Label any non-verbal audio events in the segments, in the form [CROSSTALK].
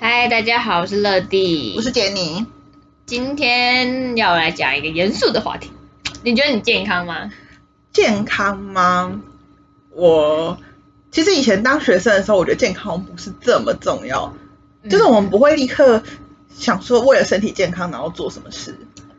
大家好，我是乐蒂，我是杰尼。今天要来讲一个严肃的话题。你觉得你健康吗？健康吗？我其实以前当学生的时候，我觉得健康不是这么重要，嗯就是我们不会立刻想说为了身体健康然后做什么事。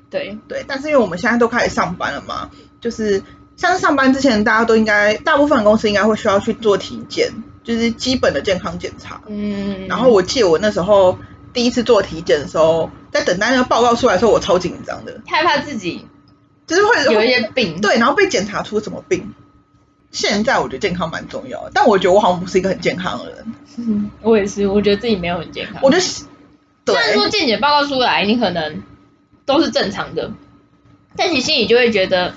对，对，但是因为我们现在都开始上班了嘛，就是像是上班之前，大家都应该大部分公司应该会需要去做体检，就是基本的健康检查。嗯，然后我记得我那时候第一次做体检的时候，在等待那个报告出来的时候，我超紧张的，害怕自己就是会有一些病，对，然后被检查出什么病。现在我觉得健康蛮重要的，但我觉得我好像不是一个很健康的人。嗯我也是，我觉得自己没有很健康。我觉就嗯虽对，然说健检报告出来，你可能都是正常的，但你心里就会觉得，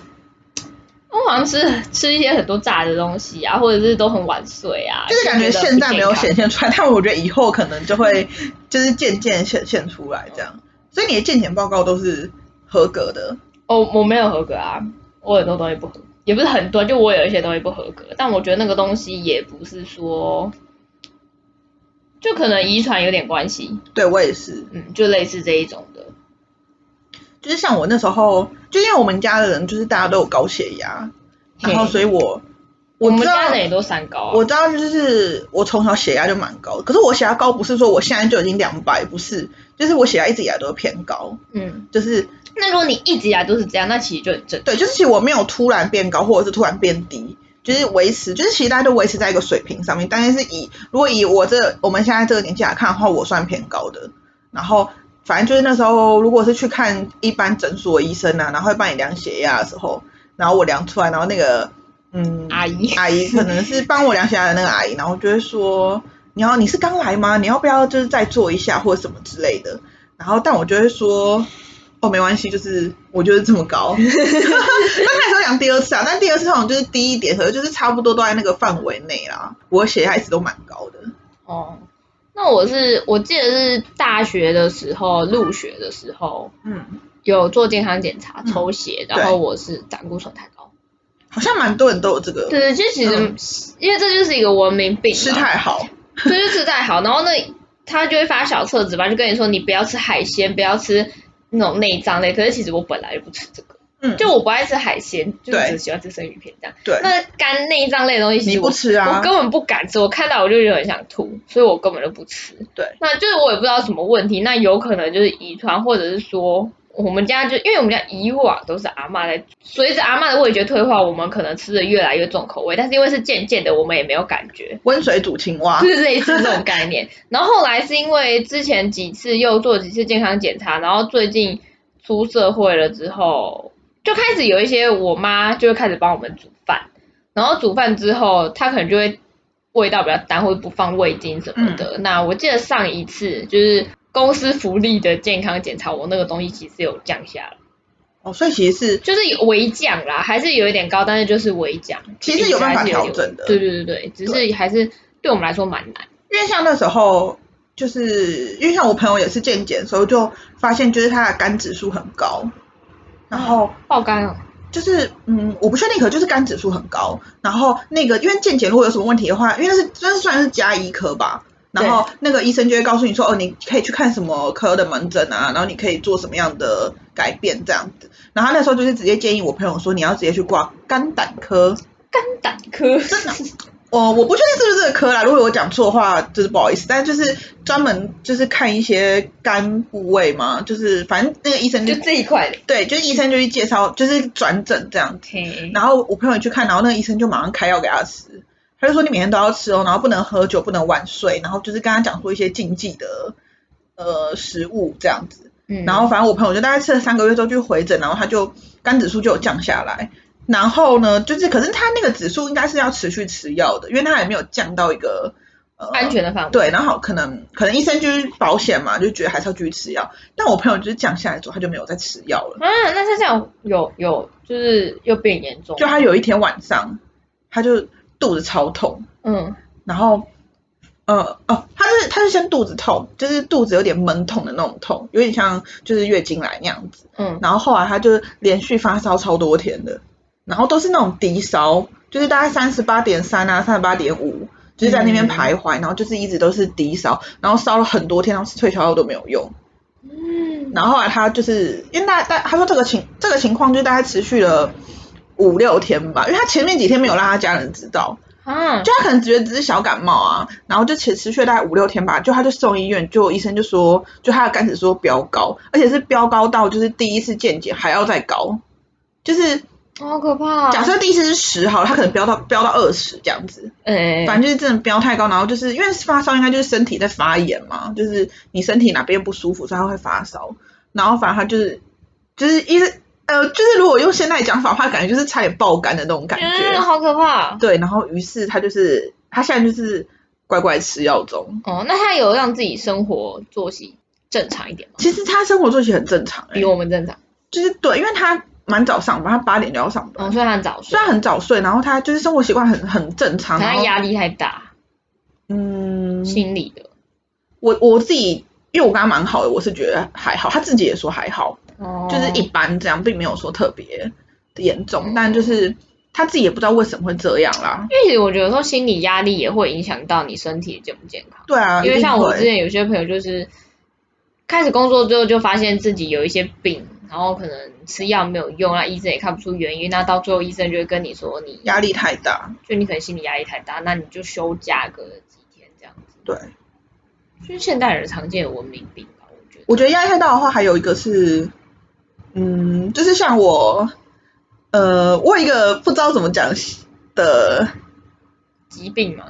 我好像吃吃一些很多炸的东西啊，或者是都很晚睡啊，就是感觉就现在没觉有得显现出来，但我觉得以后可能就会就是渐渐显现出来这嗯样。所以你的健检报告都是合格的，哦，我没有合格啊，我很多东西不合，也不是很多，就我有一些东西不合格，但我觉得那个东西也不是说，就可能遗传有点关系，对我也是。嗯，就类似这一种的，就是像我那时候，就因为我们家的人就是大家都有高血压，然后所以我我知们道家人也都三高啊，我知道，就是我从小血压就蛮高的，可是我血压高不是说我现在就已经两百，不是，就是我血压一直以来都是偏高，嗯，就是那如果你一直以来都是这样，那其实就很正常，对，就是其实我没有突然变高，或者是突然变低，就是维持，就是其实大家都维持在一个水平上面，但是以如果以我这我们现在这个年纪来看的话，我算偏高的，然后。反正就是那时候，如果是去看一般诊所医生啊，然后会帮你量血压的时候，然后我量出来，然后那个嗯阿姨，阿姨可能是帮我量血压的那个阿姨，然后就会说，你要你是刚来吗？你要不要就是再做一下或者什么之类的？然后但我就会说，哦，没关系，就是我就是这 [LAUGHS] 么高。那那时候量第二次啊，但第二次好像就是低一点，可能就是差不多都在那个范围内啦。我血压一直都蛮高的，哦，那我是我记得是大学的时候入学的时候嗯，有做健康检查抽血，对然后我是胆固醇太高。好像蛮多人都有这个，对，啊就其实、嗯因为这就是一个文明病嘛，吃太好，对，就吃太好，然后那他就会发小册子吧，就跟你说你不要吃海鲜，不要吃那种内脏类。可是其实我本来就不吃这个，嗯，就我不爱吃海鲜，就是对只喜欢吃生鱼片这样。对，那干内脏类的东西，其你实我不吃啊我根本不敢吃，我看到我就觉得很想吐，所以我根本就不吃。对，那就是我也不知道什么问题，那有可能就是遗传，或者是说我们家就因为我们家以往都是阿嬷在，随着阿嬷的味觉退化，我们可能吃的越来越重口味，但是因为是渐渐的，我们也没有感觉。温水煮青蛙就，是 [LAUGHS] 类似这种概念。然后后来是因为之前几次又做几次健康检查，然后最近出社会了之后，就开始有一些我妈就会开始帮我们煮饭，然后煮饭之后，她可能就会味道比较淡，或者不放味精什么的。嗯那我记得上一次就是公司福利的健康检查，我那个东西其实有降下来，哦，所以其实是就是有微降啦，还是有一点高，但是就是微降，其实有办法调整的对对对对，只是还是对我们来说蛮难。因为像那时候，就是因为像我朋友也是健检的时候，就发现就是他的肝指数很高，然后爆肝哦。就是嗯，我不确定，可就是肝指数很高，然后那个因为健检如果有什么问题的话，因为那是那是算是加医科吧。然后那个医生就会告诉你说，哦，你可以去看什么科的门诊啊，然后你可以做什么样的改变这样子。然后他那时候就是直接建议我朋友说，你要直接去挂肝胆科。肝胆科，哦，我不确定是不是这个科啦，如果有讲错的话，就是不好意思。但就是专门就是看一些肝部位嘛，就是反正那个医生就这一块的。对，就是医生就去介绍，就是转诊这样子。 OK，然后我朋友去看，然后那个医生就马上开药给他吃，他就说你每天都要吃哦，然后不能喝酒，不能晚睡，然后就是跟他讲说一些禁忌的呃食物这样子。嗯然后反正我朋友就大概吃了三个月之后去回诊，然后他就肝指数就有降下来。然后呢，就是可是他那个指数应该是要持续吃药的，因为他还没有降到一个呃安全的范围，对，然后可能可能医生就是保险嘛，就觉得还是要继续吃药。但我朋友就是降下来之后，他就没有再吃药了。啊，那他这样有有就是又变严重，就他有一天晚上，他就肚子超痛，嗯然后呃哦，他是他是先肚子痛，就是肚子有点闷痛的那种痛，有点像就是月经来那样子。嗯，然后后来他就连续发烧超多天的，然后都是那种低烧，就是大概三十八点三啊，三十八点五，就是在那边徘徊，然后就是一直都是低烧，然后烧了很多天，然后吃退烧药都没有用。嗯，然后后来他就是因为大大他说这个情这个情况就大概持续了五六天吧，因为他前面几天没有让他家人知道，啊，就他可能觉得只是小感冒啊，然后就持持续了大概五六天吧，就他就送医院，就医生就说，就他的肝指数飙高，而且是飙高到就是第一次健检还要再高，就是好可怕、假，设第一次是十好了，他可能飙到飙到二十这样子，哎、反正就是真的飙太高，然后就是因为发烧应该就是身体在发炎嘛，就是你身体哪边不舒服，所以它会发烧。然后反正它就是就是一直呃，就是如果用现代讲法的话，感觉就是差点爆肝的那种感觉。嗯，好可怕。对，然后于是他就是他现在就是乖乖吃药中。哦，那他有让自己生活作息正常一点吗？其实他生活作息很正常、欸比我们正常。就是对，因为他蛮早上班，他八点就要上班，哦，虽然很早睡哎虽，然很早哦睡，然后他就是生活习惯很很正常，可然他后压力太大，嗯，心理的。我我自己，因为我跟他蛮好的，我是觉得还好，他自己也说还好，哦，嗯就是一般这样，并没有说特别严重嗯，但就是他自己也不知道为什么会这样啦。因为其实我觉得说心理压力也会影响到你身体健不健康，对啊，因为一定像我会之前有些朋友就是开始工作之后就发现自己有一些病，然后可能吃药没有用，那医生也看不出原因，那到最后医生就会跟你说你压力太大，就你可能心理压力太大，那你就休假个几天这样子，对，就是现代人常见的文明病吧，我觉得。我觉得压力太大的话，还有一个是，嗯，就是像我，呃，我有一个不知道怎么讲的，疾病嘛，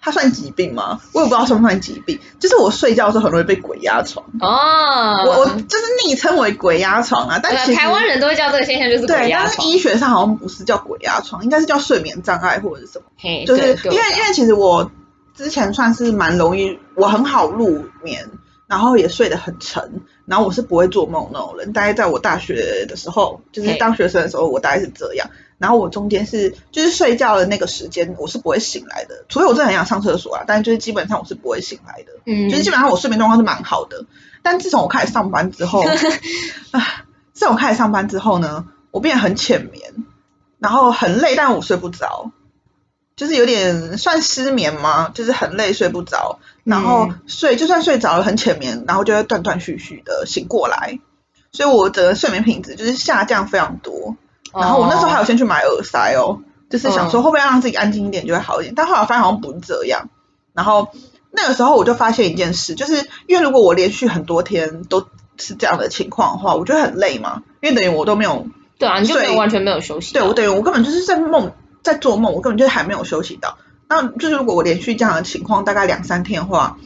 它算疾病吗？我也不知道算不算疾病，就是我睡觉的时候很容易被鬼压床，哦，我我就是昵称为鬼压床啊，但呃其实台湾人都会叫这个现象就是鬼对，压但是床，医学上好像不是叫鬼压床，应该是叫睡眠障碍或者是什么。嘿，就是对对因为因为其实我之前算是蛮容易，我很好入眠，然后也睡得很沉，然后我是不会做梦那种人。大概在我大学的时候，就是嘿当学生的时候，我大概是这样。然后我中间是就是睡觉的那个时间，我是不会醒来的，除非我真的很想上厕所啊。但就是基本上我是不会醒来的，嗯，就是基本上我睡眠状况是蛮好的。但自从我开始上班之后， [LAUGHS] 啊，自从开始上班之后呢，我变得很浅眠，然后很累，但我睡不着，就是有点算失眠吗？就是很累睡不着，然后嗯睡、就算睡着了很浅眠，然后就会断断续续的醒过来，所以我整个睡眠品质就是下降非常多。然后我那时候哦还有先去买耳塞哦，就是想说会不会让自己安静一点就会好一点，但后来发现好像不是这样。然后那个时候我就发现一件事，就是因为如果我连续很多天都是这样的情况的话，我就会很累嘛，因为等于我都没有，对啊，你就没有睡完全没有休息啊对到，我等于我根本就是在梦，在做梦，我根本就还没有休息到。那就是如果我连续这样的情况大概两三天的话，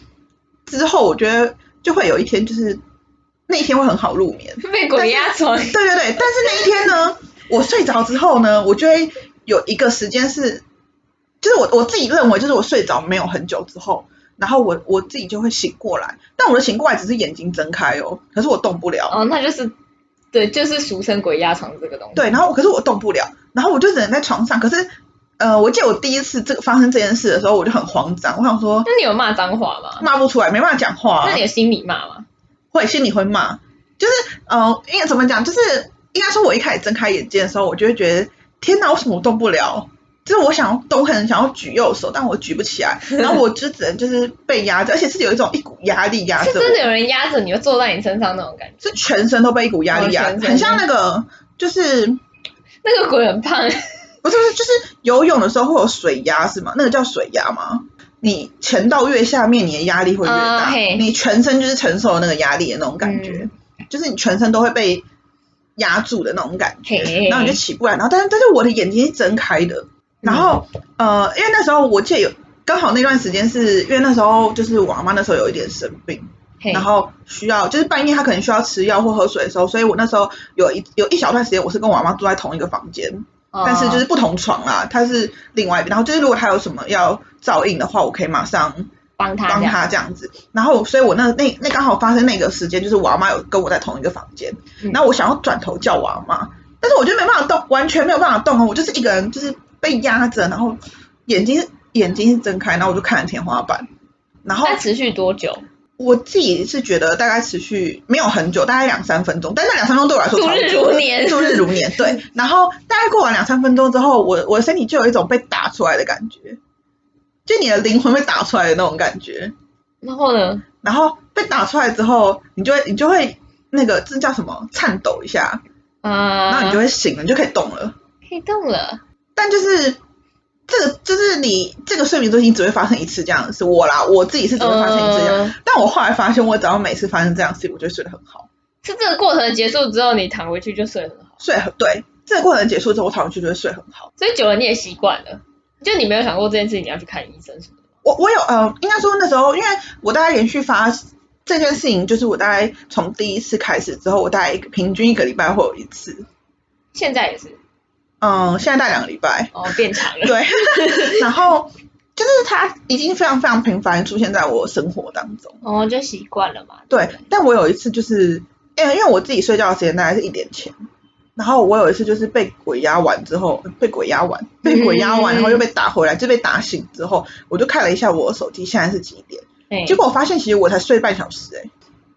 之后我觉得就会有一天就是那一天会很好入眠， [LAUGHS] 被鬼压床，对对对，但是那一天呢，我睡着之后呢，我就会有一个时间是，就是我我自己认为，就是我睡着没有很久之后，然后我我自己就会醒过来，但我的醒过来只是眼睛睁开哦，可是我动不了，哦，那就是对，就是俗称鬼压床这个东西，对，然后可是我动不了，然后我就只能在床上，可是呃，我记得我第一次这个发生这件事的时候，我就很慌张，我想说那你有骂脏话吗？骂不出来，没办法讲话、啊那你，有心理骂吗？会心里会骂，就是呃，应该怎么讲？就是应该说，我一开始睁开眼睛的时候，我就会觉得天哪，为什么我动不了？就是我想要动，很想要举右手，但我举不起 [LAUGHS] 来，然后我就只能就是被压着，而且是有一种一股压力压着是真的我，有人压着你，就坐在你身上那种感觉。是全身都被一股压力哦压全着，身很像那个就是那个鬼很胖，不是不是就是游泳的时候会有水压是吗？那个叫水压吗？你潜到越下面，你的压力会越啊大，嘿嗯你全身就是承受那个压力的那种感觉，就是你全身都会被压住的那种感觉，嘿然后你就起不来，然后但是但是我的眼睛是睁开的，嗯然后、呃，因为那时候我记得有刚好那段时间是因为那时候就是我妈妈那时候有一点生病，嘿然后需要就是半夜她可能需要吃药或喝水的时候，所以我那时候有一有一小段时间我是跟我妈妈住在同一个房间，哦但是就是不同床啦，它是另外一边。然后就是如果他有什么要照应的话，我可以马上帮他帮这样，他这样子。然后所以我那那那刚好发生那个时间，就是我阿妈有跟我在同一个房间，嗯然后我想要转头叫我阿妈，但是我就没办法动，完全没有办法动哦，我就是一个人就是被压着，然后眼睛是眼睛是睁开，然后我就看着天花板，然后那持续多久？我自己是觉得大概持续没有很久，大概两三分钟，但那两三分钟对我来说度超日久的如年度日如年。对，然后大概过完两三分钟之后，我我的身体就有一种被打出来的感觉，就你的灵魂被打出来的那种感觉。然后呢？然后被打出来之后，你就会你就会那个这叫什么颤抖一下，啊、然后你就会醒了，你就可以动了。可以动了。但就是这个就是你这个睡眠周期只会发生一次这样的事，我啦我自己是只会发生一次这样。呃但我后来发现，我只要每次发生这样的事，我就会睡得很好，是这个过程结束之后，你躺回去就睡很好，睡得很对。这个过程结束之后，我躺回去就会睡很好。所以久了你也习惯了。就你没有想过这件事情，你要去看医生什么的。我我有呃，应该说那时候，因为我大概连续发这件事情，就是我大概从第一次开始之后，我大概一个平均一个礼拜会有一次，现在也是，嗯，现在大概两个礼拜，哦，变长了。对，然后就是它已经非常非常频繁地出现在我生活当中，哦，就习惯了嘛。对，但我有一次就是，因为因为我自己睡觉的时间大概是一点前。然后我有一次就是被鬼压完之后，被鬼压完，被鬼压完，然后又被打回来，就被打醒之后，我就看了一下我的手机，现在是几点？对，结果我发现，其实我才睡半小时、欸，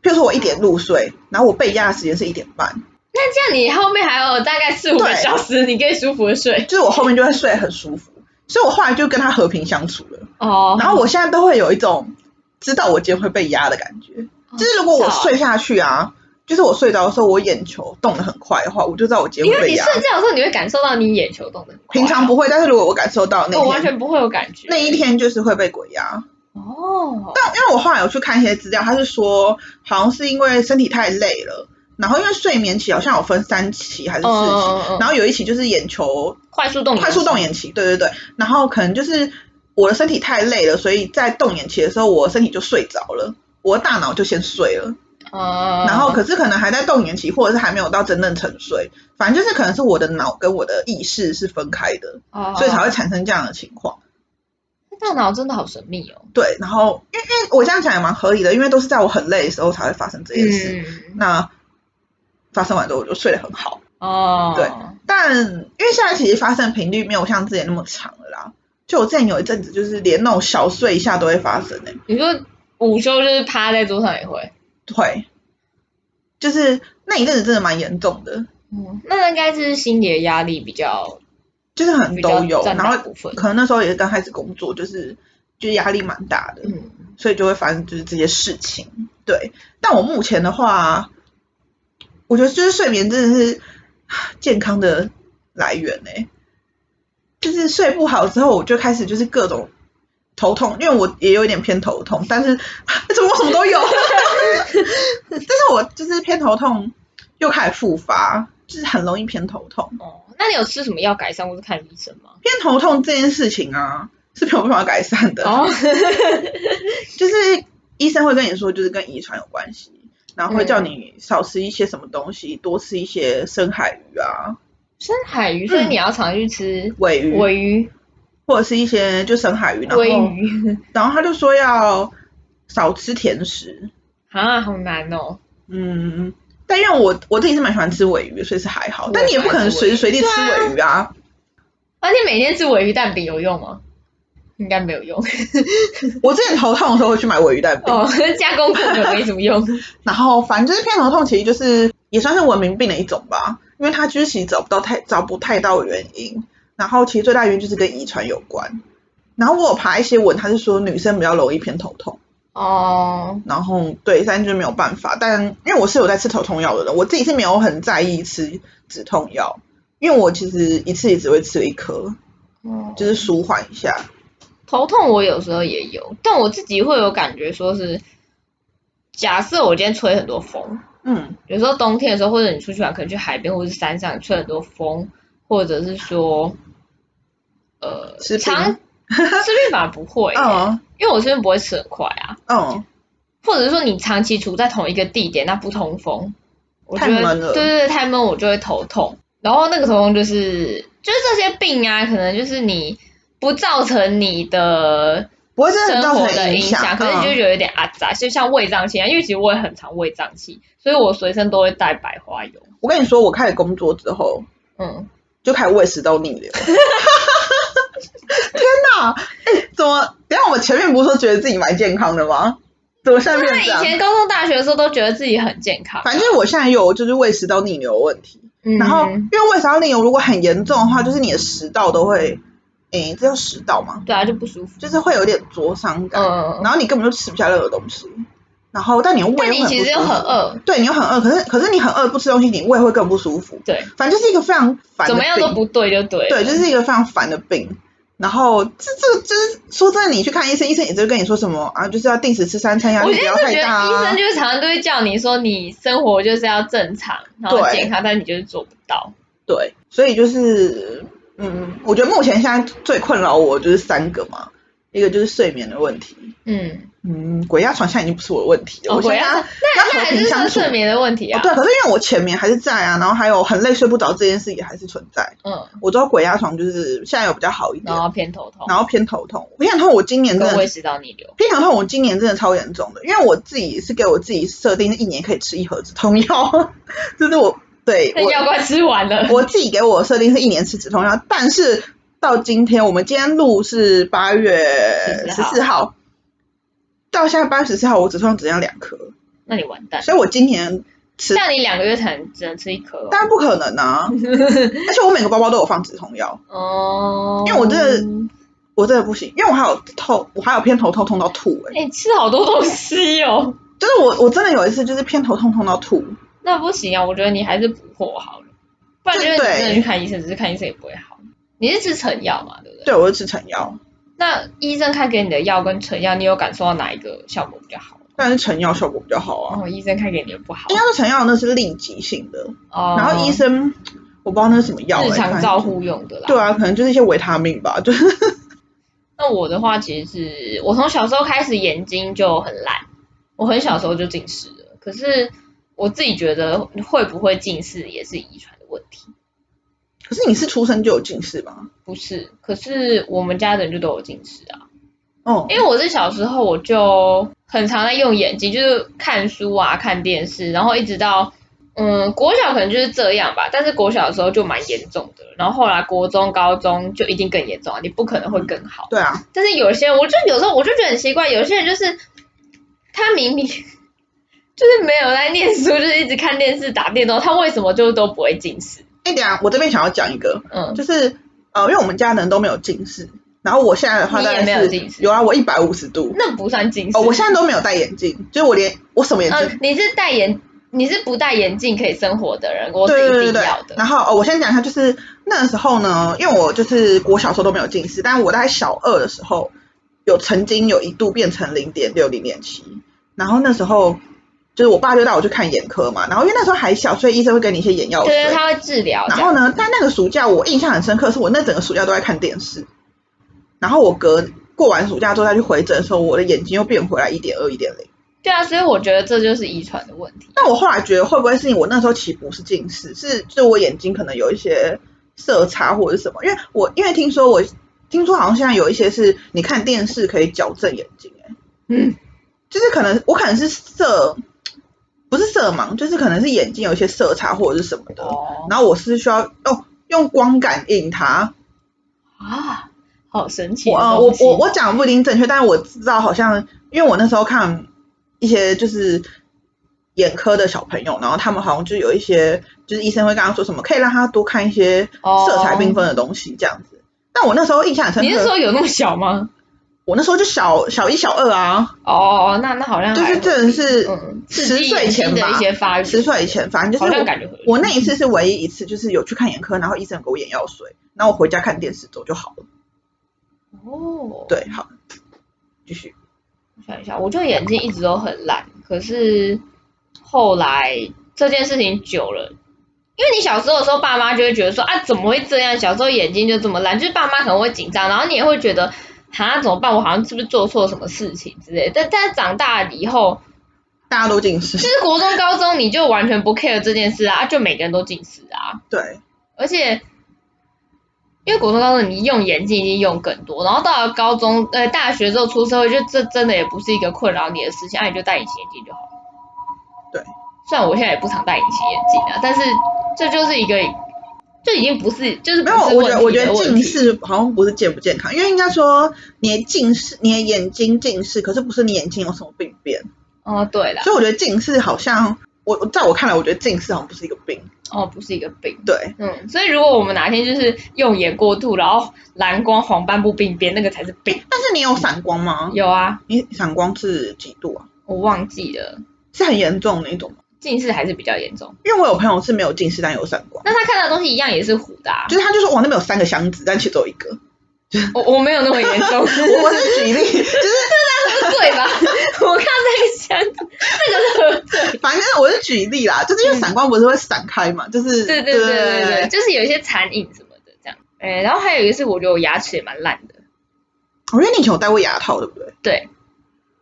譬如说我一点入睡，然后我被压的时间是一点半，那这样你后面还有大概四五个对小时，你可以舒服的睡。就是我后面就会睡得很舒服，所以我后来就跟他和平相处了。哦，然后我现在都会有一种知道我今天会被压的感觉，哦就是如果我睡下去啊，就是我睡着的时候，我眼球动得很快的话，我就知道我今因天会为被你压睡。觉的时候，你会感受到你眼球动的。平常不会，但是如果我感受到那哦我完一天全不会有感觉。那一天就是会被鬼压，哦，但因为我后来有去看一些资料，他是说好像是因为身体太累了，然后因为睡眠期好像有分三期还是四期，嗯嗯嗯嗯然后有一期就是眼球快速动，快速动，眼期，对对对，然后可能就是我的身体太累了，所以在动眼期的时候，我的身体就睡着了。我的大脑就先睡了，嗯，然后可是可能还在动眼期，或者是还没有到真正沉睡，反正就是可能是我的脑跟我的意识是分开的，哦所以才会产生这样的情况。大脑真的好神秘哦。对，然后因为因为我这样讲也蛮合理的，因为都是在我很累的时候才会发生这件事。嗯，那发生完之后我就睡得很好，哦，对但因为现在其实发生的频率没有像之前那么长了啦。就我之前有一阵子，就是连那种小睡一下都会发生诶、欸，你说午休就是趴在桌上也会，对，就是那一阵子真的蛮严重的，嗯，那应该是心理的压力比较就是很比较都有，占然大后部分，可能那时候也是刚开始工作，就是就压力蛮大的，嗯，所以就会发生就是这些事情。对，但我目前的话，我觉得就是睡眠真的是啊健康的来源呢、就是睡不好之后，我就开始就是各种头痛，因为我也有一点偏头痛，但是、啊、怎么我什么都有，但是我就是偏头痛又开始复发，就是很容易偏头痛。哦，那你有吃什么药改善或是看医生吗？偏头痛这件事情啊，是没有办法改善的。哦，就是医生会跟你说，就是跟遗传有关系，然后会叫你少吃一些什么东西，多吃一些深海鱼啊、 [LAUGHS] 深海鱼，所以你要常去吃尾鱼，尾鱼、或者是一些就深海鱼，然后鲑鱼然后他就说要少吃甜食，啊，好难哦。嗯。但因为我我自己是蛮喜欢吃尾鱼，所以是还好。我也但你也不可能随时随地吃喜欢吃尾鱼尾鱼啊，而且每天吃尾鱼蛋饼有用吗？应该没有用我之前头痛的时候会去买尾鱼蛋饼，哦， [LAUGHS] 加工过的没什么用。然后反正就是偏头痛，其实就是也算是文明病的一种吧，因为它就是其实找不到太找不太到原因，然后其实最大原因就是跟遗传有关。然后我有爬一些文，它是说女生比较容易偏头痛， [LAUGHS] 哦，然后对，但就没有办法。但因为我是有在吃头痛药的人，我自己是没有很在意吃止痛药，因为我其实一次也只会吃一颗，哦就是舒缓一下。头痛我有时候也有，但我自己会有感觉，说是假设我今天吹很多风，嗯，有时候冬天的时候，或者你出去玩，可能去海边或者是山上，吹很多风，或者是说，呃，吃冰长 [LAUGHS] 吃哦冰反而不会、嗯因为我这边不会吃很快啊，嗯，或者是说你长期处在同一个地点，那不通风，我觉太得闷了对对对，太闷我就会头痛，然后那个头痛就是就是这些病啊，可能就是你不造成你的不会真的生造活成的影响，可是你就嗯觉得有点阿杂，就像胃胀气啊，因为其实我也很常胃胀气，所以我随身都会带百花油。我跟你说，我开始工作之后，嗯，就开始胃食道逆流。天哪！哎、怎么？等一下我们前面不是说觉得自己蛮健康的吗？怎么现在变那成这以样？前高中、大学的时候都觉得自己很健康，啊啊反正我现在有就是胃食道逆流的问题，嗯然后因为胃食道逆流如果很严重的话，就是你的食道都会诶，这叫食道嘛，对啊，就不舒服。就是会有点灼伤感，嗯，然后你根本就吃不下任何东西，然后但你的胃但又你很其不实舒又很服，饿，对，你又很饿，可是可是你很饿不吃东西，你胃会更不舒服，对，反正就是一个非常烦的怎么样都病，不对就对了。对，就是一个非常烦的病。然后这这个就是说真的，你去看医生，医生也就跟你说什么啊，就是要定时吃三餐，压我力现不要在就太觉大得医啊生。就是常常都会叫你说你生活就是要正常，然后对健康，但你就是做不到。对，所以就是嗯，我觉得目前现在最困扰我就是三个嘛，一个就是睡眠的问题，嗯，嗯，鬼压床现在已经不是我的问题了，哦我现鬼在压要床那那要还和是平算相处。睡眠的问题哦啊。对，可是因为我前面还是在啊，然后还有很累睡不着这件事也还是存在。嗯，我知道鬼压床就是现在有比较好一点然，后偏头痛，然后偏头痛，偏头痛我今年真跟胃的食道逆流。偏头痛我今年真的超严重的，因为我自己是给我自己设定是一年可以吃一盒止痛药， [LAUGHS] 就是我对那药我快吃完了。我自己给我设定是一年吃止痛药，但是到今天我们今天录是八月14十四号，到现在八月十四号我止痛药只剩下两颗，那你完蛋，所以我今年吃这样你两个月才能只能吃一颗哦当然不可能 [LAUGHS] 啊！而且我每个包包都有放止痛药，哦。哦，因为我真的我真的不行，因为我还有痛，我还有偏头痛痛到吐、欸，哎、吃好多东西哦，就是我我真的有一次就是偏头痛痛到吐，那不行啊，我觉得你还是补货好了，不然就是你对真的去看医生，只是看医生也不会好。你是吃成药嘛，对不对？对我就吃成药，那医生开给你的药跟成药，你有感受到哪一个效果比较好？但是成药效果比较好然啊。后哦医生开给你的不好应，该说成药那是立即性的，哦然后医生我不知道那是什么药、欸，日反常正照护用的啦。对啊，可能就是一些维他命吧， [LAUGHS] 就是那我的话，其实是我从小时候开始眼睛就很烂，我很小时候就近视了。可是我自己觉得会不会近视也是遗传的问题，可是你是出生就有近视吗？不是？可是我们家人就都有近视啊，哦、因为我是小时候我就很常在用眼睛，就是看书啊、看电视，然后一直到嗯国小可能就是这样吧，但是国小的时候就蛮严重的，然后后来国中、高中就一定更严重啊，你不可能会更好。对啊，但是有些人，我就有时候我就觉得很奇怪，有些人就是他明 [LAUGHS] 明就是没有在念书，就是一直看电视、打电动，他为什么就都不会近视？哎、等一下我这边想要讲一个，嗯，就是呃，因为我们家人都没有近视，然后我现在的话你也大概没有是近视有啊，我一百五十度。那不算近视。哦，我现在都没有戴眼镜，就是我连我什么眼嗯、镜、你是戴眼，你是不戴眼镜可以生活的人，我对是对一对定对要。的。然后哦，我先讲一下，就是那时候呢，因为我就是我小时候都没有近视，但我在小二的时候有曾经有一度变成零点六、零点七，然后那时候就是我爸就带我去看眼科嘛，然后因为那时候还小，所以医生会给你一些眼药对水。对，他会治疗这然样。后呢，但那个暑假我印象很深刻，是我那整个暑假都在看电视。然后我隔过完暑假之后再去回诊的时候，我的眼睛又变回来一点二、一点零。对啊，所以我觉得这就是遗传的问题。但我后来觉得会不会是我那时候其实不是近视，是就我眼睛可能有一些色差或者是什么？因为我因为听说我听说好像现在有一些是你看电视可以矫正眼睛、欸，嗯，就是可能我可能是色不是色盲，就是可能是眼睛有一些色差或者是什么的。哦然后我是需要用用光感应它。啊，好神奇我的呃东我西。我我讲的不一定正确，但是我知道好像因为我那时候看一些就是眼科的小朋友，然后他们好像就有一些就是医生会跟他说什么可以让他多看一些哦色彩缤纷的东西这样子。但我那时候印象很深刻，你是说有那么小吗？我那时候就小小一小二啊，哦，那那好像就是还真的是嗯十岁前的一吧，些发育，十岁以前，反正就好是像我感觉合理我那一次是唯一一次，就是有去看眼科，然后医生给我眼药水，然后我回家看电视走就好了。哦，，对，好，继续。我想一下，我就眼睛一直都很烂，可是后来这件事情久了。因为你小时候的时候，爸妈就会觉得说啊，怎么会这样？小时候眼睛就这么烂，就是爸妈可能会紧张，然后你也会觉得，啊，怎么办？我好像是不是做错什么事情之类的。但但是长大以后，大家都近视就，是国中、高中，你就完全不 care 这件事啊，啊就每个人都近视啊。对，而且因为国中、高中你用眼睛已经用更多，然后到了高中、呃大学之后出社会，就这真的也不是一个困扰你的事情，那、你就戴隐形眼镜就好了。对，虽然我现在也不常戴隐形眼镜啊，但是这就是一个，这已经不是就是不没是有，我觉得问题的我觉得问近题。视好像不是健不健康，因为应该说你的近视，你的眼睛近视，可是不是你眼睛有什么病变，哦，对啦，所以我觉得近视好像，我我在我看来，我觉得近视好像不是一个病。哦，不是一个病。对，嗯，所以如果我们哪天就是用眼过度，然后蓝光黄斑部病变，那个才是病。但是你有散光吗？有啊，你散光是几度啊？我忘记了，是很严重的那种吗？近视还是比较严重。因为我有朋友是没有近视但有散光，那他看到的东西一样也是糊的、啊，就是他就说哇那边有三个箱子，但其实只有一个。我 [LAUGHS] 我没有那么严重，我我是举 [LAUGHS] 例，对吧？ [LAUGHS] 我看那个箱子，那个是盒子。反正我是举例啦，就是因为散光不是会散开嘛，就是对对对对对，就是有一些残影什么的这样。哎、然后还有一个是，我觉得我牙齿也蛮烂的，我觉得你以前有戴过牙套，对不对？对，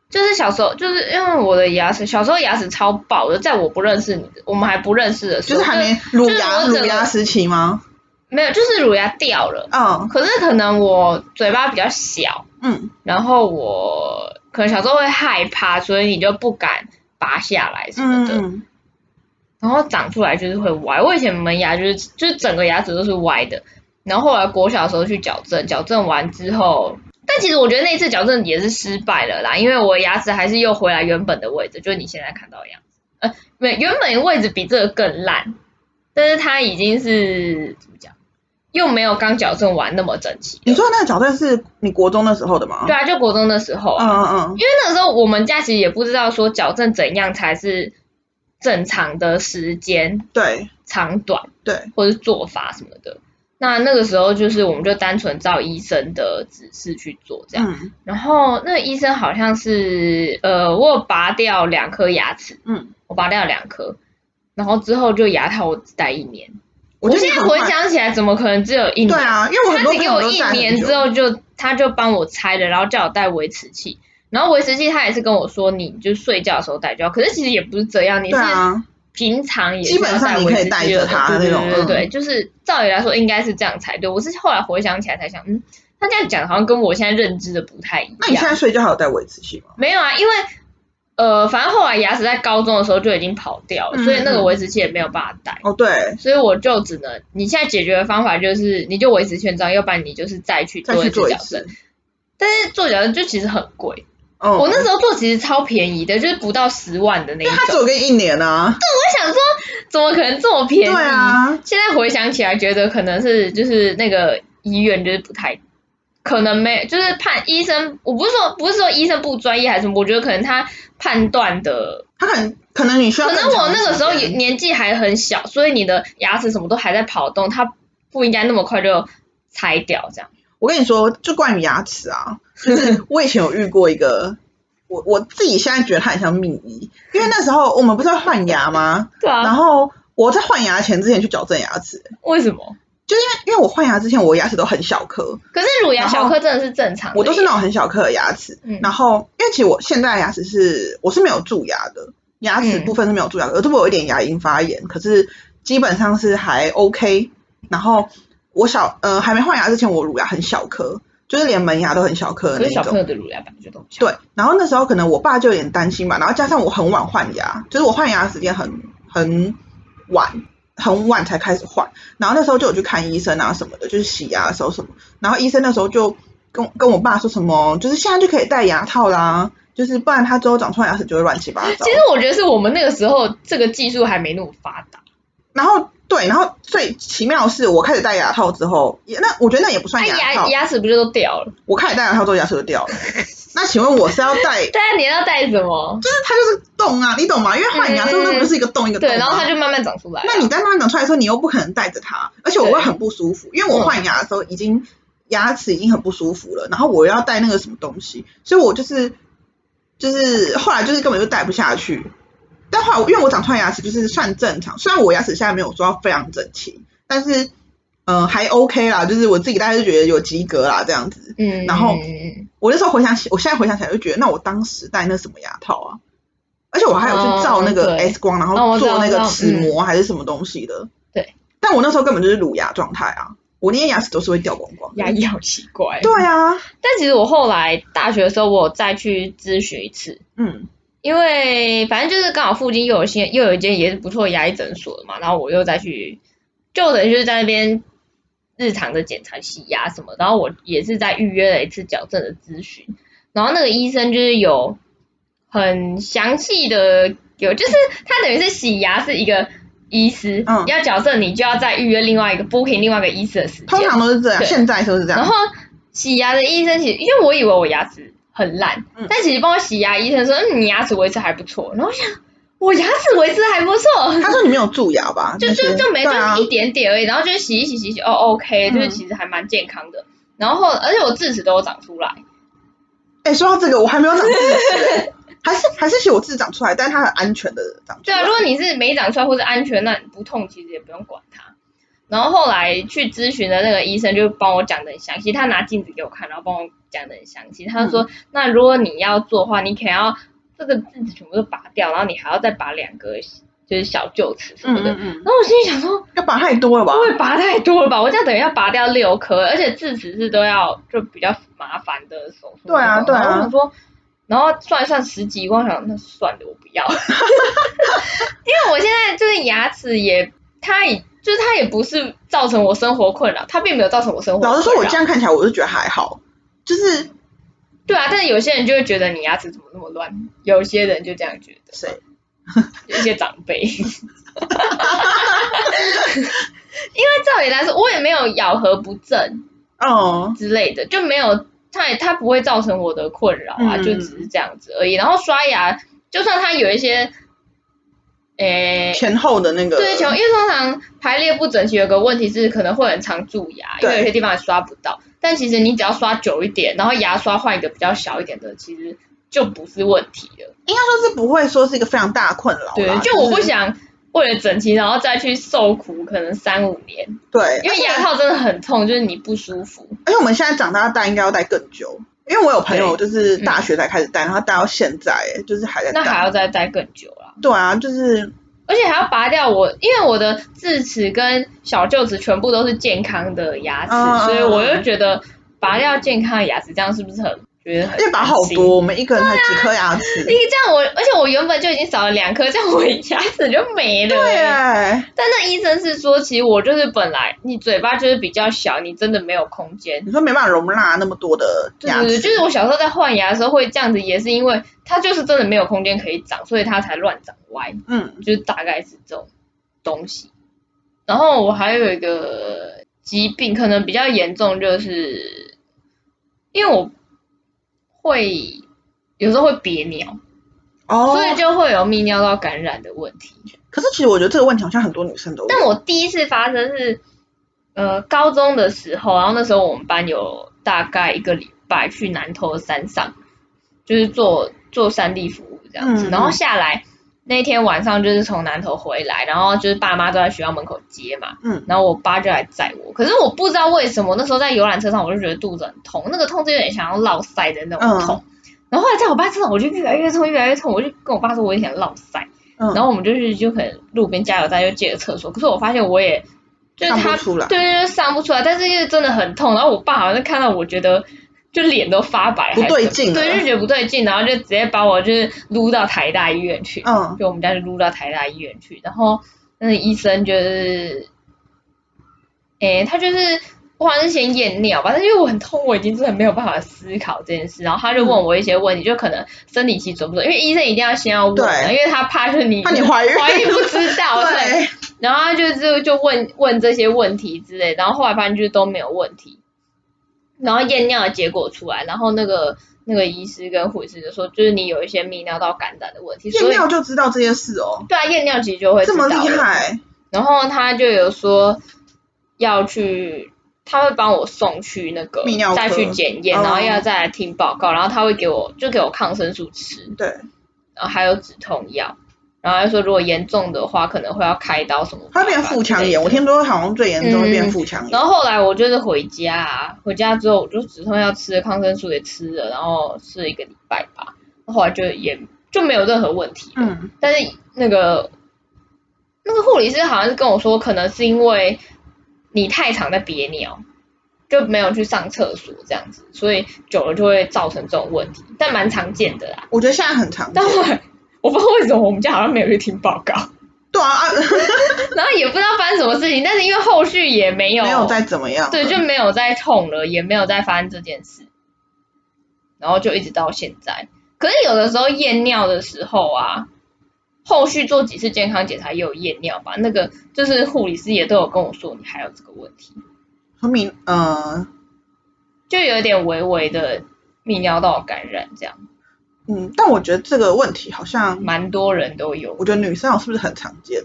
就是小时候，就是因为我的牙齿，小时候牙齿超爆的，在我不认识你的，我们还不认识的时就候，是还没乳牙就是我整乳个牙时期吗？没有，就是乳牙掉了，嗯可是可能我嘴巴比较小，嗯，然后我可能小时候会害怕，所以你就不敢拔下来什么嗯的，嗯，然后长出来就是会歪。我以前门牙就是就是整个牙齿都是歪的，然后后来国小的时候去矫正，矫正完之后，但其实我觉得那次矫正也是失败了啦，因为我牙齿还是又回来原本的位置，就是你现在看到的样子。呃，没，原本的位置比这个更烂，但是它已经是怎么讲，又没有刚矫正完那么整齐了。你说的那个矫正是你国中那时候的吗？对啊，就国中的时候啊、嗯嗯嗯因为那个时候我们假期也不知道说矫正怎样才是正常的时间对长短。对，或是做法什么的。那那个时候就是我们就单纯照医生的指示去做这样，嗯然后那个医生好像是呃，我有拔掉两颗牙齿，嗯，我拔掉两颗，然后之后就牙套我只戴一年。我我觉得现你在很回快想起来，怎么可能只有一年？对啊，因为我很他多只朋给友我都一戴很年久之，后就他就帮我拆了，然后叫我戴维持器，然后维持器他也是跟我说，你就睡觉的时候戴就好，可是其实也不是这样，你是对啊，平常也是基本上你可以带着它要戴维持器的对那种对对对对，嗯就是照理来说应该是这样才对。我是后来回想起来才想，嗯，他这样讲好像跟我现在认知的不太一那你现样。在睡觉还有戴维持器吗？没有啊，因为呃，反正后来牙齿在高中的时候就已经跑掉了，嗯所以那个维持器也没有办法戴。哦，对，所以我就只能，你现在解决的方法就是，你就维持现状，要不然你就是再去再做去一做次一矫次正。。但是做矫正就其实很贵，嗯，我那时候做其实超便宜的，就是不到十万的那一因为种。它只有跟一年啊，我想说，怎么可能这么便宜？对啊，现在回想起来，觉得可能是就是那个医院就是不太，可能没就是判医生，我不是说不是说医生不专业还是什么，我觉得可能他判断的，它可能可能你需要可更能长的时间，我那个时候也年纪还很小，所以你的牙齿什么都还在跑动，它不应该那么快就拆掉这样。我跟你说，就关于牙齿 [LAUGHS] 啊，就是我以前有遇过一个，我我自己现在觉得它很像秘医，因为那时候我们不是要换牙吗？对然啊，后我在换牙前之前去矫正牙齿，为什么？就是因为因为我换牙之前我牙齿都很小颗，可是乳牙小颗真的是正常的耶，我都是那种很小颗的牙齿，嗯然后因为其实我现在的牙齿是我是没有蛀牙的，牙齿嗯部分是没有蛀牙的，而这我有一点牙龈发炎，可是基本上是还 OK。然后我小呃还没换牙之前，我乳牙很小颗，就是连门牙都很小颗的可那是小种朋。友的乳牙本来就都小。对，然后那时候可能我爸就有点担心吧，然后加上我很晚换牙，就是我换牙的时间很很晚，很晚才开始换。然后那时候就有去看医生啊什么的，就是洗牙的时候什么。然后医生那时候就跟跟我爸说什么，就是现在就可以戴牙套啦，就是不然他之后长出来牙齿就会乱七八糟其。实我觉得是我们那个时候这个技术还没那么发达。然后对，然后最奇妙的是我开始戴牙套之后，也那我觉得那也不那算牙啊牙套，牙齿不就都掉了？我开始戴牙套之后牙齿就掉 [LAUGHS] 了。那请问我是要戴，就对啊，你要戴什么？是它就是洞啊，你懂吗？因为换牙之后那不是一个洞一个洞吗？对，然后它就慢慢长出来啊。那你在慢慢长出来的时候，你又不可能带着它，而且我会很不舒服，因为我换牙的时候已经、牙齿已经很不舒服了，然后我又要带那个什么东西，所以我就是就是后来就是根本就带不下去。但后来我因为我长出来牙齿就是算正常，虽然我牙齿现在没有说到非常整齐，但是嗯、呃还 OK 啦，就是我自己大概就觉得有及格啦这样子。嗯， [LAUGHS] 然后嗯我那时候回想起，我现在回想起来就觉得，那我当时戴那什么牙套啊？而且我还有去照那哦个对 X 光，然哦后我知道做那我知个道嗯齿模还是什么东西的。对。但我那时候根本就是乳牙状态啊，我那些牙齿都是会掉光光的。牙医好奇怪。对啊，但其实我后来大学的时候，我有再去咨询一次，嗯，因为反正就是刚好附近又有些又有一间也是不错的牙医诊所嘛，然后我又再去，就等于就是在那边日常的检查、洗牙什么，然后我也是在预约了一次矫正的咨询，然后那个医生就是有很详细的有，就是他等于是洗牙是一个医师，嗯要矫正你就要再预约另外一个 booking 另外一个医师的时间。通常都是这样，对现在都是这然样。后洗牙的医生其实，因为我以为我牙齿很烂，嗯但其实帮我洗牙医生说，嗯，你牙齿维持还不错。然后我想，我牙齿维持还不 [LAUGHS] 错，他说你没有蛀牙吧？就那就些就没对啊就是一点点而已，然后就洗一洗洗一洗，哦，OK，嗯就是其实还蛮健康的。然后而且我智齿都有长出来，哎、说到这个，我还没有长智 [LAUGHS] 齿欸，还是还是写我自己长出来，但是它很安全的长出对来。啊，如果你是没长出来或者安全，那你不痛其实也不用管它。然后后来去咨询的那个医生就帮我讲的很详细，他拿镜子给我看，然后帮我讲的很详细。他就说，那如果你要做的话，你可能要这个智齿全部都拔掉，然后你还要再拔两个就是小臼齿什嗯么的。嗯嗯，然后我心里想说，要拔太多了吧不？会拔太多了吧？ [LAUGHS] 我这样等于要拔掉六颗，而且智齿是都要就比较麻烦的手术。对啊对啊然后我想说，然后算一算十几万，我想那算了，我不要， [LAUGHS] 因为我现在就是牙齿也，它也就是它也不是造成我生活困扰，它并没有造成我生活困扰。老实说，我这样看起来我是觉得还好，就是对啊，但是有些人就会觉得你牙齿怎么那么乱，有些人就这样觉得，谁有一些长 [LAUGHS] 辈。 [LAUGHS] 因为照理来说，我也没有咬合不正，哦，之类的，就没有它也它不会造成我的困扰啊，嗯就只是这样子而已。然后刷牙，就算它有一些，诶、前后的那个对，球，因为通常排列不整齐有个问题是可能会很常蛀牙，因为对有些地方也刷不到。但其实你只要刷久一点，然后牙刷换一个比较小一点的，其实就不是问题了。应该说是不会说是一个非常大的困扰啦。对，就我不是想为了整齐，然后再去受苦，可能三五年，对，因为牙套真的很痛，就是你不舒服。而且我们现在长大戴应该要戴更久，因为我有朋友就是大学才开始戴，然后戴到现在，哎就是还在那还戴。要再戴更久啦。对啊，就是而且还要拔掉我，因为我的智齿跟小臼齿全部都是健康的牙齿，嗯嗯嗯所以我又觉得拔掉健康的牙齿，这样是不是很觉得很因为拔好担心多，？我们一个人才几颗牙齿。你这样我，而且我原本就已经少了两颗，这样我牙齿就没了。对，哎，但那医生是说，其实我就是本来你嘴巴就是比较小，你真的没有空间。你说没办法容纳那么多的对牙对对，齿，就是我小时候在换牙的时候会这样子，也是因为它就是真的没有空间可以长，所以它才乱长歪。嗯，就是大概是这种东西。然后我还有一个疾病，可能比较严重，就是因为我会有时候会憋尿，哦，所以就会有泌尿道感染的问题。可是其实我觉得这个问题好像很多女生都有，但我第一次发生是，呃，高中的时候，然后那时候我们班有大概一个礼拜去南投山上，就是做做山地服务这样子，嗯嗯然后下来那天晚上就是从南投回来，然后就是爸妈都在学校门口接嘛，嗯，然后我爸就来载我，可是我不知道为什么那时候在游览车上我就觉得肚子很痛，那个痛就有点想要落腮的那种痛。嗯然后后来在我爸车上，我就越来越痛，越来越痛。我就跟我爸说，我也想落腮。嗯，然后我们就是就可能路边加油站就借了厕所，可是我发现我也就是上他不啊出来对对对上不出啊来，但是又真的很痛。然后我爸好像是看到我觉得就脸都发白，不还是对怎么劲啊了对，就觉得不对劲，然后就直接把我就是撸到台大医院去，嗯就我们家就撸到台大医院去，然后那个医生就是，诶，他就是。我好像是先验尿吧，但是因为我很痛，我已经真的没有办法思考这件事。然后他就嗯问我一些问题，就可能生理期准不准，因为医生一定要先要问啊，对因为他怕就是你怕你怀孕怀孕不知道，对。 [LAUGHS] 对，然后他就就就问问这些问题之类，然后后来发现就是都没有问题，然后验尿的结果出来，然后那个那个医师跟护士就说，就是你有一些泌尿道感染的问题，验所以尿就知道这件事哦，对啊，验尿其实就会这么知道厉了害，然后他就有说要去，他会帮我送去那个泌尿科再去检验，哦然后要再来听报告，然后他会给我就给我抗生素吃，对，然后还有止痛药，然后他说如果严重的话可能会要开刀什么，它变腹腔炎，我。听说好像最严重会变腹腔炎，然后后来我就是回家、啊，回家之后我就止痛药吃了，抗生素也吃了，然后吃了一个礼拜吧，后来就也就没有任何问题了。嗯，但是那个那个护理师好像是跟我说，可能是因为你太常在憋尿，就没有去上厕所这样子，所以久了就会造成这种问题，但蛮常见的啦。我觉得现在很常见但，后来我不知道为什么我们家好像没有去听报告， [LAUGHS] 对啊，啊然后也不知道发生什么事情，但是因为后续也没有没有再怎么样，对，就没有再痛了，也没有再发生这件事，然后就一直到现在。可是有的时候验尿的时候啊，后续做几次健康检查也有验尿吧，那个就是护理师也都有跟我说你还有这个问题，他明呃就有点微微的泌尿道感染这样，嗯，但我觉得这个问题好像，蛮多人都有。我觉得女生好像是不是很常见？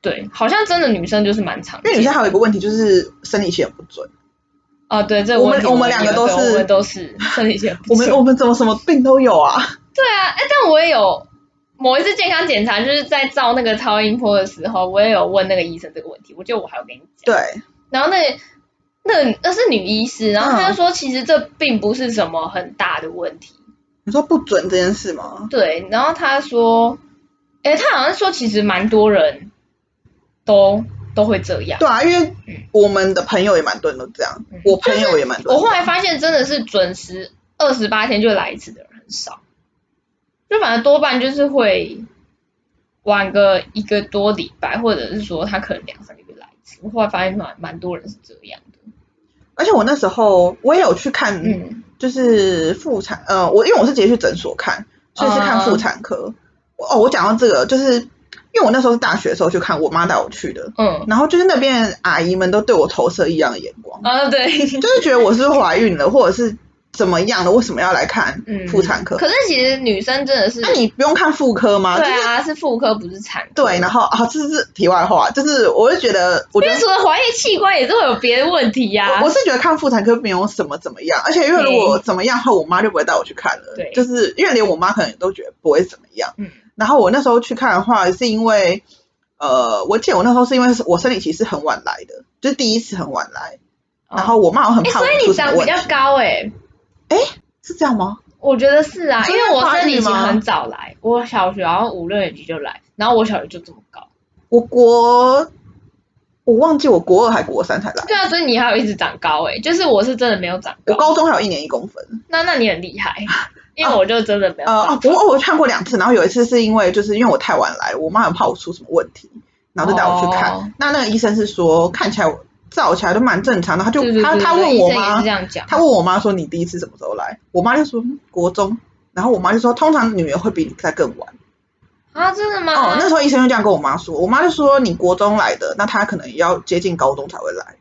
对，好像真的女生就是蛮常因见为的。女生还有一个问题就是生理期很不准，哦，对，这个我们问题我们也两个有都对是我们都是生理期很不我们准我们怎么什么病都有啊？对啊，哎，但我也有某一次健康检查，就是在照那个超音波的时候，我也有问那个医生这个问题，我记得我还有跟你讲。对，然后那个那个那是女医师，然后她就说其实这并不是什么很大的问题，你说不准这件事吗？对，然后她说，哎，她好像说其实蛮多人都都会这样。对啊，因为我们的朋友也蛮多人都这样，嗯我朋友也蛮多我人后这来样。发现真的是准时二十八天就来一次的人很少，就反正多半就是会晚个一个多礼拜，或者是说他可能两三个月来一次。我后来发现蛮蛮多人是这样的，而且我那时候我也有去看，嗯，就是妇产，呃，我因为我是直接去诊所看，所以是看妇产科。我哦，我讲到这个，就是因为我那时候是大学的时候去看，我妈带我去的，嗯，然后就是那边阿姨们都对我投射异样的眼光，啊对，就是觉得我是怀孕了，或者是怎么样了，为什么要来看嗯，妇产科？ [LAUGHS] 可是其实女生真的是，那你不用看妇科吗？对就是啊，是妇科不是产科，对，然后啊，这是题外话，就是我就觉得，我觉因得为除了怀孕器官也是会有别的问题呀、我我是觉得看妇产科没有什么怎么样，而且因为如果怎么样的话，我妈就不会带我去看了。对就是因为连我妈可能都觉得不会怎么样。嗯然后我那时候去看的话，是因为呃，我记得我那时候是因为我生理期是很晚来的，就是第一次很晚来，然后我妈好像很哎、怕我所以出你什么长比问题较，高哎、是这样吗？我觉得是啊，所因以为我要发生育理期吗很早来，我小学好像五六年级就来，然后我小学就这么高。我国我忘记我国二还国三才来，对啊，所以你还有一直长高诶、就是我是真的没有长我高。高中还有一年一公分。那那你很厉 [LAUGHS] 害，因为我就真的没有长呃，哦，高。不过我看过两次，然后有一次是因为就是因为我太晚来，我妈很怕我出什么问题，然后就带我去看。哦那那个医生是说看起来我照起来都蛮正常的，他就对对对他对，他问我医生也妈是这，样讲。他问我妈说你第一次什么时候来？我妈就说嗯国中，然后我妈就说通常女儿会比你再更晚。啊，真的吗？哦，那时候医生就这样跟我妈说，我妈就说你国中来的，那她可能也要接近高中才会来。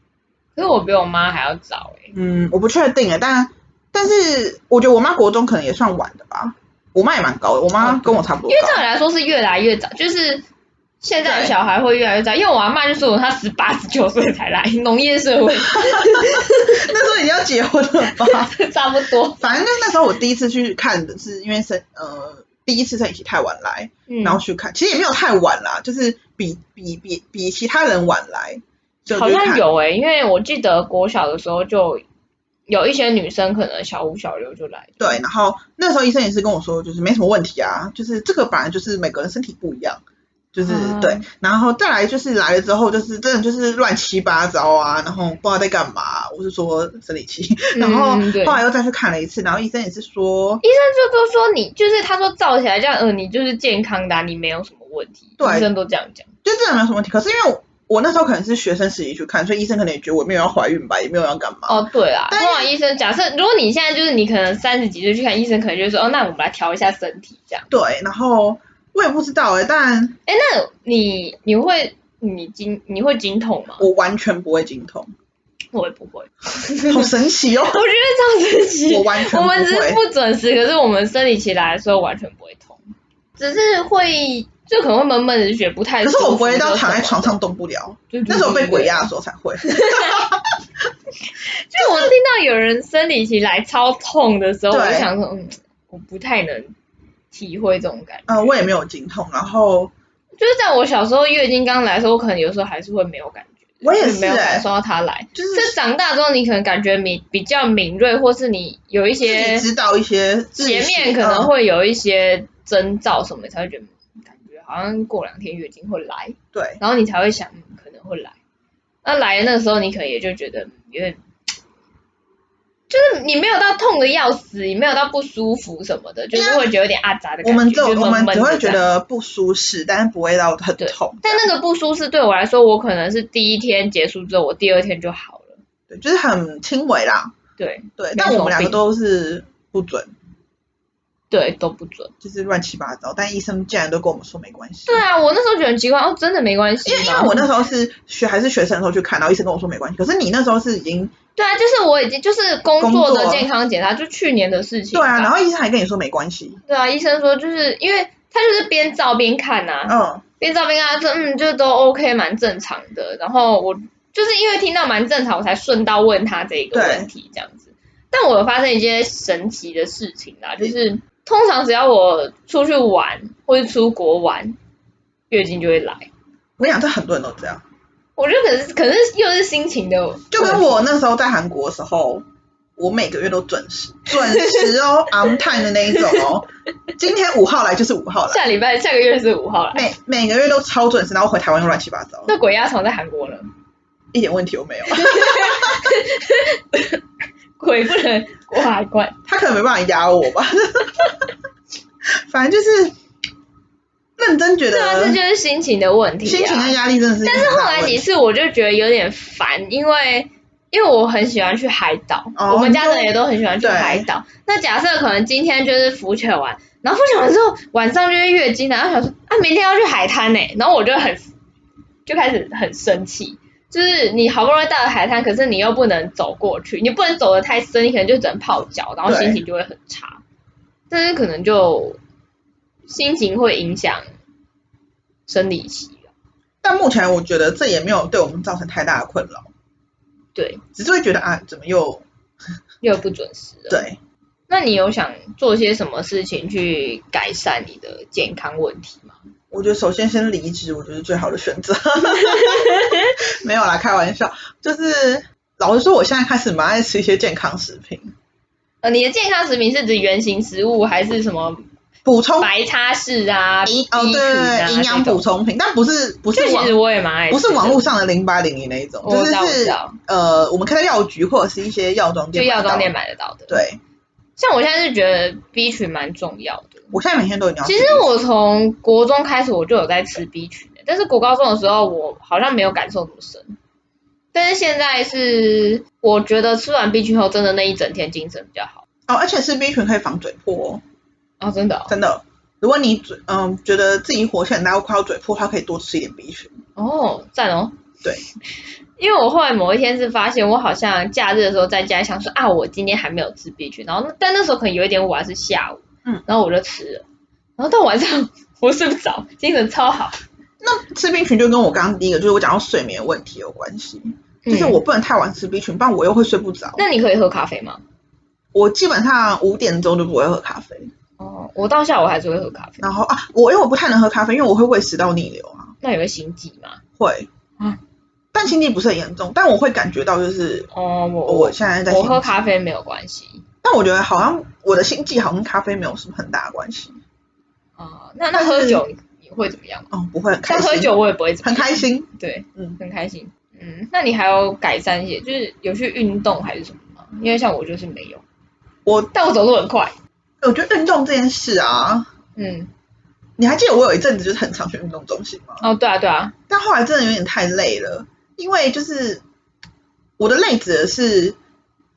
可是我比我妈还要早欸诶、嗯，我不确定诶，但但是我觉得我妈国中可能也算晚的吧。我妈也蛮高的，我妈哦对跟我差不多因为高。照理来说是越来越早，就是。现在的对小孩会越来越早，因为我阿妈就说她十八十九岁才来农业社 [LAUGHS] 会，那时候已经要结婚了吧？差不多。反正那那时候我第一次去看的是因为生呃第一次生理期太晚来，嗯然后去看，其实也没有太晚啦，就是比比比比其他人晚来，所以我好就去看像有欸诶、因为我记得国小的时候就有一些女生可能小五、小六就来。对，然后那时候医生也是跟我说，就是没什么问题啊，就是这个本来就是每个人身体不一样，就是、嗯对，然后再来就是来了之后，就是真的就是乱七八糟啊，然后不知道在干嘛，我是说生理期，嗯然后对后来又再去看了一次，然后医生也是说，医生就都说你就是他说照起来这样，呃，你就是健康的啊、你没有什么问题。对医生都这样讲。就真的没有什么问题，可是因为我我那时候可能是学生时期去看，所以医生可能也觉得我没有要怀孕吧，也没有要干嘛。哦，对啦，通但是常医生假设如果你现在就是你可能三十几岁去看医生，可能就会说哦，那我们来调一下身体这样。对，然后我也不知道哎、但哎，那你你会你经你会经痛吗？我完全不会经 [LAUGHS] 痛，我也不会，好神 [LAUGHS] 奇哦！我觉得这样神奇。 [LAUGHS] 我完全我不们只是会。不准时，可是我们生理期来的时候完全不会痛，只是会就可能会闷闷的觉得不太可舒是服。我不会到就是躺在什么床上动不了，对对那时候被鬼压的对时候才会。对就我听到有人生理期来超痛的时候，对我就想说，嗯，我不太能体会这种感觉。嗯、我也没有经痛，然后就是在我小时候月经刚来的时候，我可能有时候还是会没有感觉，我也就是没有感哎、受到它来。就是这长大之后，你可能感觉敏比较敏锐，或是你有一些自己知道一些嗯自己前面可能、会有一些征兆什么，你才会觉得嗯感觉好像过两天月经会来，嗯对，然后你才会想、嗯可能会来。那来的那个时候，你可能也就觉得嗯有点，就是你没有到痛的要死，你没有到不舒服什么的，就是会觉得有点阿杂的我感觉，们只有啊就是我闷闷们只的会觉这样。得不舒适，但是不会到很对痛。但那个不舒适对我来说，我可能是第一天结束之后，我第二天就好了。对，就是很轻微啦。对，对，没但什我么们两个病都是不准。对，都不准。就是乱七八糟。但医生竟然都跟我们说没关系。对啊，我那时候觉得很奇怪，哦，真的没关系因吗。为因为我那时候是学还是学生的时候去看，然后医生跟我说没关系。可是你那时候是已经对啊，就是我已经就是工作工的作啊健康检查，就去年的事情对吧。啊，然后医生还跟你说没关系。对啊，医生说就是因为他就是边照边看呐、嗯，边照边看他说嗯，就都 OK，蛮正常的。然后我就是因为听到蛮正常，我才顺道问他这个对问题这样子。但我有发生一些神奇的事情啦，就是通常只要我出去玩或是出国玩，月经就会来。我跟你讲，这很多人都这样，我觉得可是可是又是心情的问题，就跟我那时候在韩国的时候，我每个月都准时，准时哦 [LAUGHS] ，on time 的那一种哦。今天五号来就是 [LAUGHS] 五号来，下礼拜下个月是五号啦。每每个月都超准时，然后回台湾又乱七八糟，那鬼压床在韩国呢？一点问题 [LAUGHS] 都没有。鬼不能过海关。他可能没办法压我吧。 [LAUGHS] 反正就是认真觉对啊，这得就是心情的问题、啊。心情跟压力真的是一个但很是大的问题。后来几次我就觉得有点烦，因为因为我很喜欢去海岛，哦我们家人也都很喜欢去海岛。那假设可能今天就是浮潜完，然后浮潜完之后晚上就会月经了，然后想说啊明天要去海滩呢、然后我就很就开始很生气。就是你好不容易到了海滩，可是你又不能走过去，你不能走得太深，你可能就只能泡脚，然后对心情就会很差。但是可能就心情会影响生理期，但目前我觉得这也没有对我们造成太大的困扰，对，只是会觉得啊，怎么又又不准时了。，对？那你有想做些什么事情去改善你的健康问题吗？我觉得首先先离职，我觉得是最好的选 [LAUGHS] 择。没有啦，开玩笑，就是老实说，我现在开始蛮爱吃一些健康食品，呃，你的健康食品是指原型食物，还是什么补充白叉式啊、B 哦营群哦啊对营养这种补？充品，但不是不是这其网实我也蛮爱吃不的，是网络上的零八零零那一种，我就知是道我知是道呃，我们看到药局或者是一些药妆就店，药妆店。买得到的。，对，像我现在是觉得 B 群蛮重要的。我现在每天都一定要吃。其实我从国中开始我就有在吃 B 群的，但是国高中的时候我好像没有感受那么深。但是现在是，我觉得吃完 B 群后，真的那一整天精神比较好哦，而且吃 B 群可以防嘴破、啊、真的哦、哦，真的。如果你嘴嗯觉得自己火气很大，快要嘴破，的话，可以多吃一点 B 群。哦，赞哦。对， [LAUGHS] 因为我后来某一天是发现，我好像假日的时候在家想说啊，我今天还没有吃 B 群，然后那但那时候可能有一点晚，是下午，嗯，然后我就吃了，然后到晚上我睡不着，精神超好，那吃 B 群就跟我刚刚第一个，就是我讲到睡眠问题有关系，就是嗯我不能太晚吃 B 群，不然我又会睡不着。那你可以喝咖啡吗？我基本上五点钟就不会喝咖啡，哦，我到下午还是会喝咖啡，然后啊，我因为我不太能喝咖啡，因为我会胃食道逆流啊，那你会心悸吗？会。啊但心悸不是很严重，但我会感觉到就是哦，我我现在在我心喝悸咖啡没有关系但我觉得好像我的心悸好像跟咖啡没有什么很大的关系。啊、那那但是喝酒你会怎么样吗？哦，不会很开但心。喝酒我也不会怎么很样开，心。对，嗯，很开心。嗯，那你还有改善一些，就是有去运动还是什么吗？因为像我就是没有，我但我走路很快。我觉得运动这件事啊，嗯，你还记得我有一阵子就是很常去运动中心吗？哦，对啊，对啊，但后来真的有点太累了，因为就是我的累指的是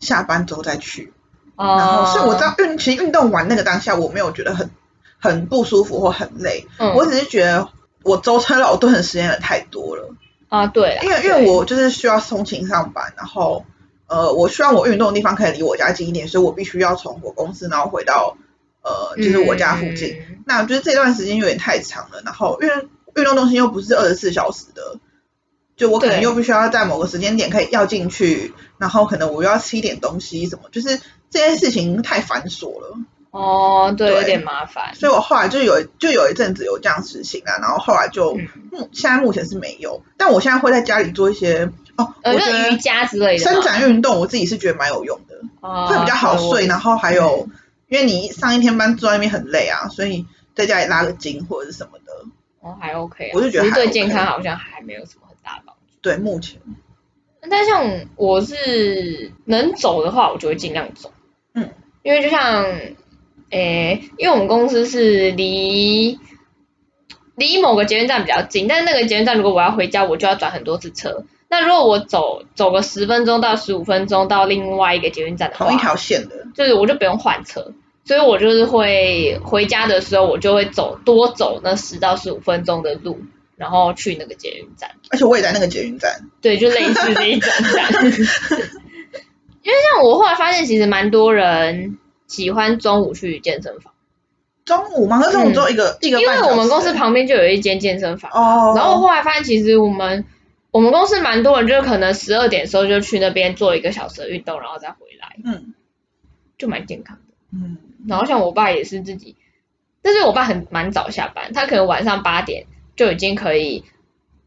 下班之后再去，哦、然后所以我知道运其实运动完那个当下我没有觉得很很不舒服或很累，嗯我只是觉得我舟车劳顿的时间也太多了。啊，对啦，因为因为我就是需要通勤上班，然后呃，我希望我运动的地方可以离我家近一点，所以我必须要从我公司然后回到呃对就是我家附近。。嗯那就是这段时间有点太长了，然后因为运动中心又不是二十四小时的，就我可能对又必须要在某个时间点可以要进去，然后可能我又要吃一点东西什么，就是这件事情太繁琐了。哦，对，对有点麻烦。所以我后来就有就有一阵子有这样实行啊，然后后来就嗯目、现在目前是没有，但我现在会在家里做一些哦，呃，我就觉是得瑜伽之类的吗，伸展运动我自己是觉得蛮有用的，啊会比较好睡，对然后还有嗯因为你上一天班坐在那边很累啊，所以在家里拉个筋或者是什么的，我哦，还 OK，啊我就觉得只是还对 OK 健康好像还没有什么很大的帮助。对，目前但像我是能走的话，我就会尽量走。嗯，因为就像，诶，因为我们公司是离离某个捷运站比较近，但是那个捷运站如果我要回家，我就要转很多次车。那如果我走走个十分钟到十五分钟到另外一个捷运站的话，同一条线的，就是我就不用换车。所以我就是会回家的时候，我就会走多走那十到十五分钟的路，然后去那个捷运站。而且我也在那个捷运站，对，就类似这一种这样。 [LAUGHS] 因为像我后来发现，其实蛮多人喜欢中午去健身房，中午嘛，可是中午只有一个、一嗯因个半为小时我们公司旁边就有一间健身房。哦，然后我后来发现，其实我们我们公司蛮多人，就是可能十二点的时候就去那边做一个小时的运动，然后再回来，嗯就蛮健康的。嗯，然后像我爸也是自己，但是我爸很蛮早下班，他可能晚上八点就已经可以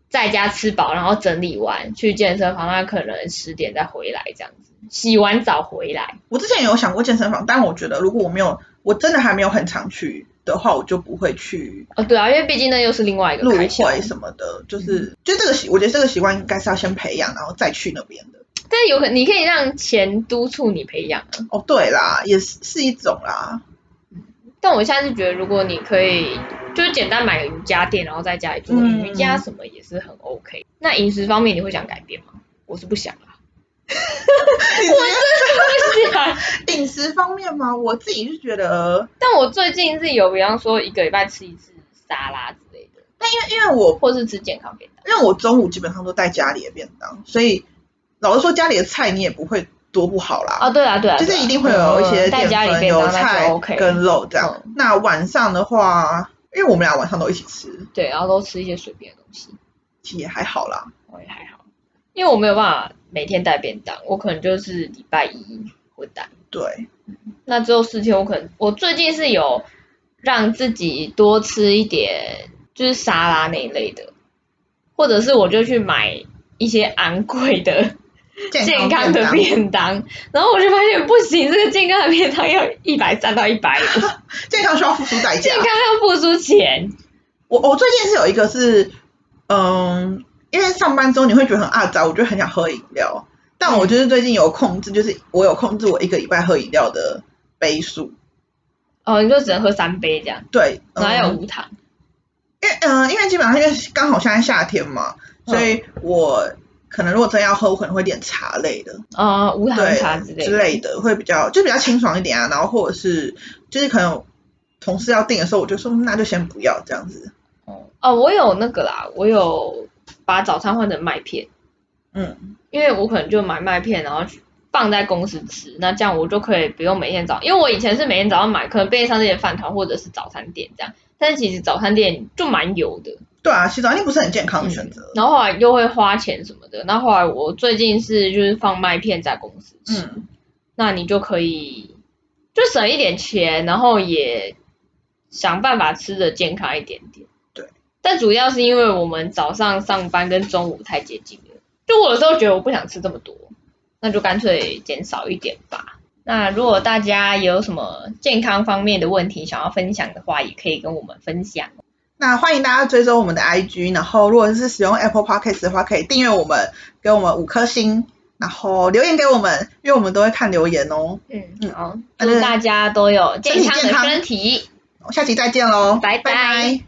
在家吃饱，然后整理完去健身房，他可能十点再回来这样子，洗完澡回来。我之前也有想过健身房，但我觉得如果我没有，我真的还没有很常去的话，我就不会去哦，对啊，因为毕竟那又是另外一入个开销。会什么的，就是、就这个习，我觉得这个习惯应该是要先培养，然后再去那边的。但是有可你可以让钱督促你培养啊。哦，对啦，也是是一种啦。 [LAUGHS] 但我现在是觉得，如果你可以就是简单买个瑜伽垫，然后在家里做嗯瑜伽什么也是很 OK。那饮食方面你会想改变吗？我是不想啊 [LAUGHS] 啦，不想。饮食方面嘛，我自己是觉得，但我最近是有，比方说一个礼拜吃一次沙拉之类的，因为我或是吃健康便当。因为我中午基本上都带家里的便当，所以老实说，家里的菜你也不会多不好啦。哦，对啊，对啊，就是对啊一定会有一些嗯在淀家里粉、便有当那菜就 OK，嗯跟肉这样。那晚上的话，因为我们俩晚上都一起吃，对，然后都吃一些随便的东西，其实也还好啦。我也还好，因为我没有办法每天带便当，我可能就是礼拜一会带。对，那之后四天，我可能我最近是有让自己多吃一点，就是沙拉那一类的，或者是我就去买一些昂贵的健康康的便便当，然后我就发现不行，这个健康的便当要一百三到一 [LAUGHS] 百五，当健康需要付出代价健。康要付出钱。我我最近是有一个是，嗯，因为上班之后你会觉得很阿杂，我就很想喝饮料，但我就是最近有控制，就是我有控制我一个礼拜喝饮料的杯数。哦，你就只能喝三杯这样，对，然后要有嗯，无糖。因为嗯、因为基本上因为刚好现在夏天嘛，嗯所以我可能如果真要喝，我可能会点茶类的，啊、无糖对茶之类之的，类的会比较就比较清爽一点啊，然后或者是就是可能同事要订的时候，我就说嗯那就先不要这样子，哦，我有那个啦，我有把早餐换成麦片，嗯，因为我可能就买麦片，然后去放在公司吃，那这样我就可以不用每天早，因为我以前是每天早上买，可能便利商店的饭团或者是早餐店这样，但是其实早餐店就蛮油的，对啊，洗澡一定不是很健康的选择，然后后来又会花钱什么的，那后来我最近是就是放麦片在公司吃，嗯那你就可以就省一点钱，然后也想办法吃的健康一点点。对，但主要是因为我们早上上班跟中午太接近了，就我有时候觉得我不想吃这么多，那就干脆减少一点吧。那如果大家有什么健康方面的问题想要分享的话，也可以跟我们分享。那欢迎大家追踪我们的 IG，然后如果是使用 Apple Podcast 的话，可以订阅我们，给我们五颗星，然后留言给我们，因为我们都会看留言哦。嗯，好，那就祝大家都有健身体康健的康身体。下期再见喽，拜拜拜